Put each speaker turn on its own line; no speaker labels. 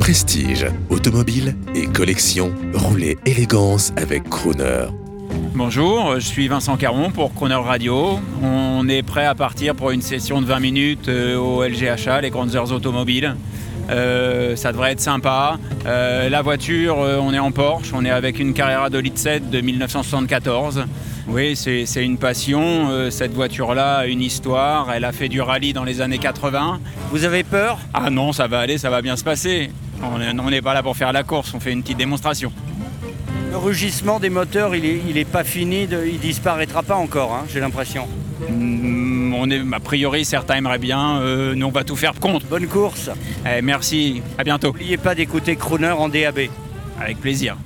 Prestige, automobile et collection, roulez élégance avec Crooner.
Bonjour, euh, je suis Vincent Caron pour Croner Radio. On est prêt à partir pour une session de 20 minutes euh, au LGHA, les grandes heures automobiles. Euh, ça devrait être sympa. Euh, la voiture, euh, on est en Porsche, on est avec une Carrera de 7 de 1974. Oui, c'est c'est une passion. euh, cette voiture-là a une histoire. Elle a fait du rallye dans les années 80.
Vous avez peur
Ah non, ça va aller, ça va bien se passer. On est- on n'est pas là pour faire la course, on fait une petite démonstration.
Le rugissement des moteurs, il est, il est pas fini, de- il disparaîtra pas encore, hein, j'ai l'impression.
Mm, On est, a priori, certains aimeraient bien. euh, nous, on va tout faire contre.
Bonne course
Eh, merci, à bientôt.
N'oubliez pas d'écouter Crooner en DAB.
Avec plaisir.